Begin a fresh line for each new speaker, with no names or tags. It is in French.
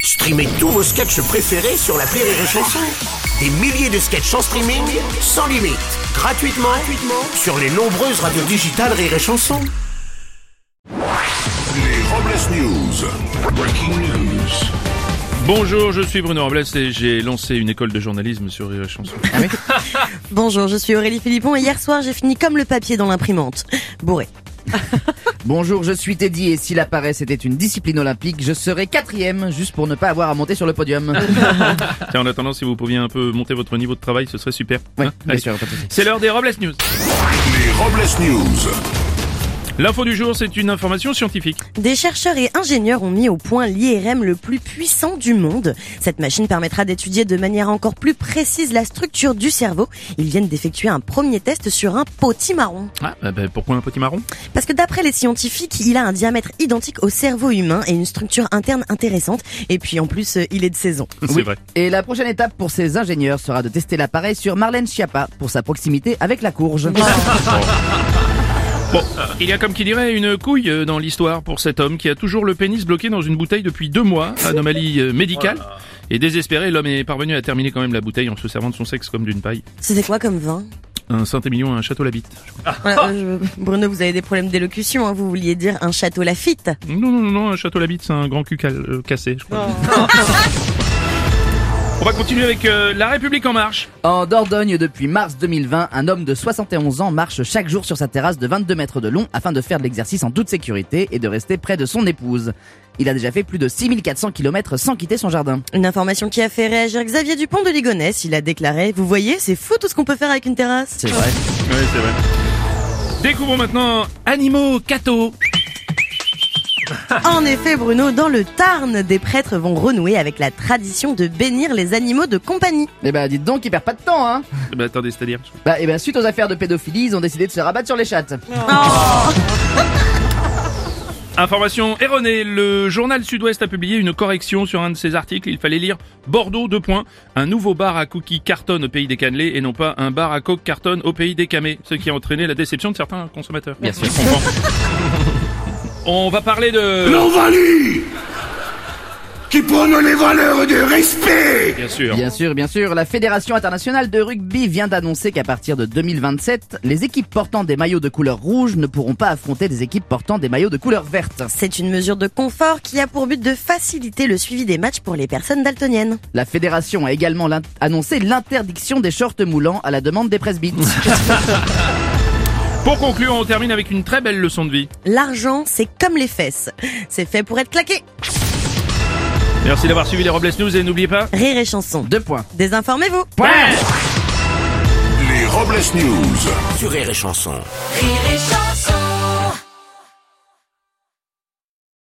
Streamez tous vos sketchs préférés sur la Rire et Chanson. Des milliers de sketchs en streaming, sans limite, gratuitement, gratuitement sur les nombreuses radios digitales Rire et Chanson.
Les Robles News. Breaking news.
Bonjour, je suis Bruno Robles et j'ai lancé une école de journalisme sur Rire et Chanson.
Bonjour, je suis Aurélie Philippon et hier soir j'ai fini comme le papier dans l'imprimante. Bourré.
Bonjour, je suis Teddy et si la paresse était une discipline olympique, je serais quatrième juste pour ne pas avoir à monter sur le podium.
Tiens, en attendant, si vous pouviez un peu monter votre niveau de travail, ce serait super.
Oui,
Hein
bien
Allez.
sûr, pas de souci.
C'est l'heure des Robles News.
Les Robles News.
L'info du jour, c'est une information scientifique.
Des chercheurs et ingénieurs ont mis au point l'IRM le plus puissant du monde. Cette machine permettra d'étudier de manière encore plus précise la structure du cerveau. Ils viennent d'effectuer un premier test sur un potimarron.
Ah, bah, bah, pourquoi un petit marron
Parce que d'après les scientifiques, il a un diamètre identique au cerveau humain et une structure interne intéressante. Et puis en plus, euh, il est de saison.
C'est
Oui.
vrai.
Et la prochaine étape pour ces ingénieurs sera de tester l'appareil sur Marlène Schiappa pour sa proximité avec la courge.
Bon, il y a comme qui dirait une couille euh, dans l'histoire pour cet homme qui a toujours le pénis bloqué dans une bouteille depuis deux mois, anomalie euh, médicale. Et désespéré, l'homme est parvenu à terminer quand même la bouteille en se servant de son sexe comme d'une paille.
C'était quoi comme vin
Un Saint-Émilion à un château la bite.
Voilà, euh, je- Bruno, vous avez des problèmes d'élocution, hein, vous vouliez dire un château Lafitte
Non, non, non, non, un château la bite, c'est un grand cul cal- euh, cassé, je crois. On va continuer avec euh, La République en marche.
En Dordogne, depuis mars 2020, un homme de 71 ans marche chaque jour sur sa terrasse de 22 mètres de long afin de faire de l'exercice en toute sécurité et de rester près de son épouse. Il a déjà fait plus de 6400 km sans quitter son jardin.
Une information qui a fait réagir Xavier Dupont de Ligonnès. Il a déclaré, vous voyez, c'est fou tout ce qu'on peut faire avec une terrasse.
C'est vrai.
Ouais, c'est vrai. Découvrons maintenant Animaux Cato.
En effet, Bruno, dans le Tarn, des prêtres vont renouer avec la tradition de bénir les animaux de compagnie.
Eh ben, dites donc, il perd pas de temps, hein.
Bah, attendez, c'est-à-dire
Bah, eh ben, suite aux affaires de pédophilie, ils ont décidé de se rabattre sur les chattes.
Information erronée, le journal Sud-Ouest a publié une correction sur un de ses articles. Il fallait lire Bordeaux, deux points, un nouveau bar à cookies cartonne au pays des cannelés et non pas un bar à coke cartonne au pays des camés, ce qui a entraîné la déception de certains consommateurs. Bien sûr. On va parler de...
L'envahie qui prône les valeurs de respect.
Bien sûr.
Bien sûr, bien sûr. La Fédération internationale de rugby vient d'annoncer qu'à partir de 2027, les équipes portant des maillots de couleur rouge ne pourront pas affronter des équipes portant des maillots de couleur verte.
C'est une mesure de confort qui a pour but de faciliter le suivi des matchs pour les personnes daltoniennes.
La fédération a également l'in- annoncé l'interdiction des shorts moulants à la demande des presbytes.
Pour conclure, on termine avec une très belle leçon de vie.
L'argent, c'est comme les fesses. C'est fait pour être claqué.
Merci d'avoir suivi les Robles News et n'oubliez pas...
Rire et chanson.
Deux points.
Désinformez-vous.
Les Robles News.
Sur Rire et Chanson.
Rire et chanson